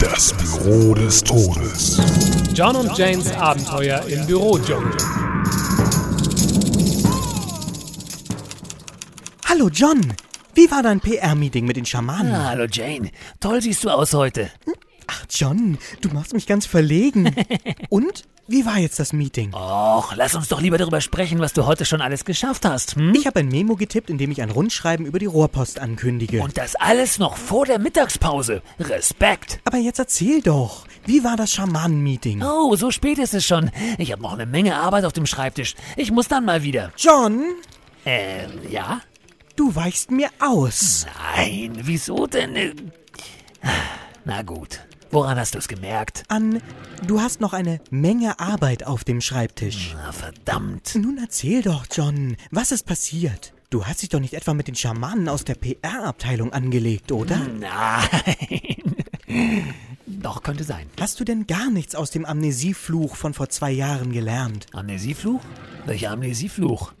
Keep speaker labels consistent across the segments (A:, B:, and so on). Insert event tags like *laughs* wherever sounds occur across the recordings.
A: Das Büro des Todes.
B: John und Janes Abenteuer im Büro, John.
C: Hallo John, wie war dein PR-Meeting mit den Schamanen?
D: Ah, hallo Jane. Toll siehst du aus heute.
C: Ach John, du machst mich ganz verlegen.
D: *laughs*
C: Und wie war jetzt das Meeting?
D: Och, lass uns doch lieber darüber sprechen, was du heute schon alles geschafft hast. Hm?
C: Ich habe ein Memo getippt, in dem ich ein Rundschreiben über die Rohrpost ankündige.
D: Und das alles noch vor der Mittagspause. Respekt.
C: Aber jetzt erzähl doch, wie war das Schamanen-Meeting?
D: Oh, so spät ist es schon. Ich habe noch eine Menge Arbeit auf dem Schreibtisch. Ich muss dann mal wieder.
C: John,
D: Ähm, ja?
C: du weichst mir aus.
D: Nein, wieso denn? Äh, Na gut. Woran hast du es gemerkt?
C: An, du hast noch eine Menge Arbeit auf dem Schreibtisch.
D: Na, Ah, verdammt.
C: Nun erzähl doch, John, was ist passiert? Du hast dich doch nicht etwa mit den Schamanen aus der PR-Abteilung angelegt, oder?
D: Nein. Doch, könnte sein.
C: Hast du denn gar nichts aus dem Amnesiefluch von vor zwei Jahren gelernt?
D: Amnesiefluch? Welcher Amnesiefluch?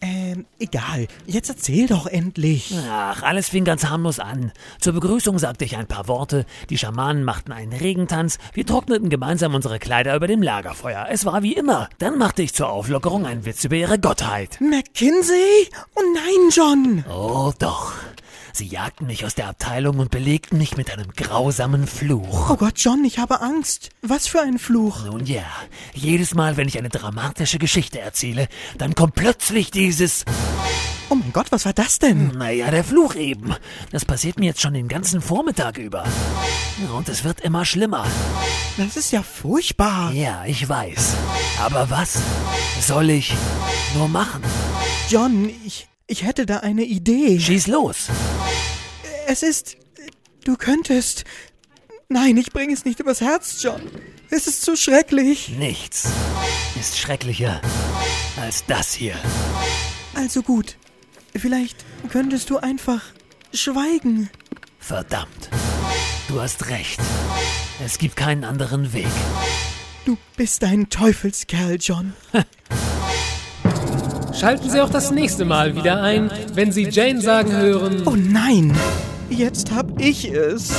C: Ähm, egal. Jetzt erzähl doch endlich.
D: Ach, alles fing ganz harmlos an. Zur Begrüßung sagte ich ein paar Worte, die Schamanen machten einen Regentanz, wir trockneten gemeinsam unsere Kleider über dem Lagerfeuer. Es war wie immer. Dann machte ich zur Auflockerung einen Witz über ihre Gottheit.
C: McKinsey? Oh nein, John!
D: Oh doch. Sie jagten mich aus der Abteilung und belegten mich mit einem grausamen Fluch.
C: Oh Gott, John, ich habe Angst. Was für ein Fluch.
D: Nun ja, jedes Mal, wenn ich eine dramatische Geschichte erzähle, dann kommt plötzlich dieses,
C: Oh mein Gott, was war das denn?
D: naja, der Fluch eben. Das passiert mir jetzt schon den ganzen Vormittag über. Und es wird immer schlimmer.
C: Das ist ja furchtbar.
D: Ja, ich weiß. Aber was soll ich nur machen?
C: John, ich, ich hätte da eine Idee.
D: Schieß los.
C: Es ist... Du könntest... Nein, ich bringe es nicht übers Herz, John. Es ist zu schrecklich.
D: Nichts ist schrecklicher als das hier.
C: Also gut. Vielleicht könntest du einfach schweigen.
D: Verdammt. Du hast recht. Es gibt keinen anderen Weg.
C: Du bist ein Teufelskerl, John.
B: Schalten Sie auch das nächste Mal wieder ein, wenn Sie Jane sagen hören.
C: Oh nein, jetzt hab ich es.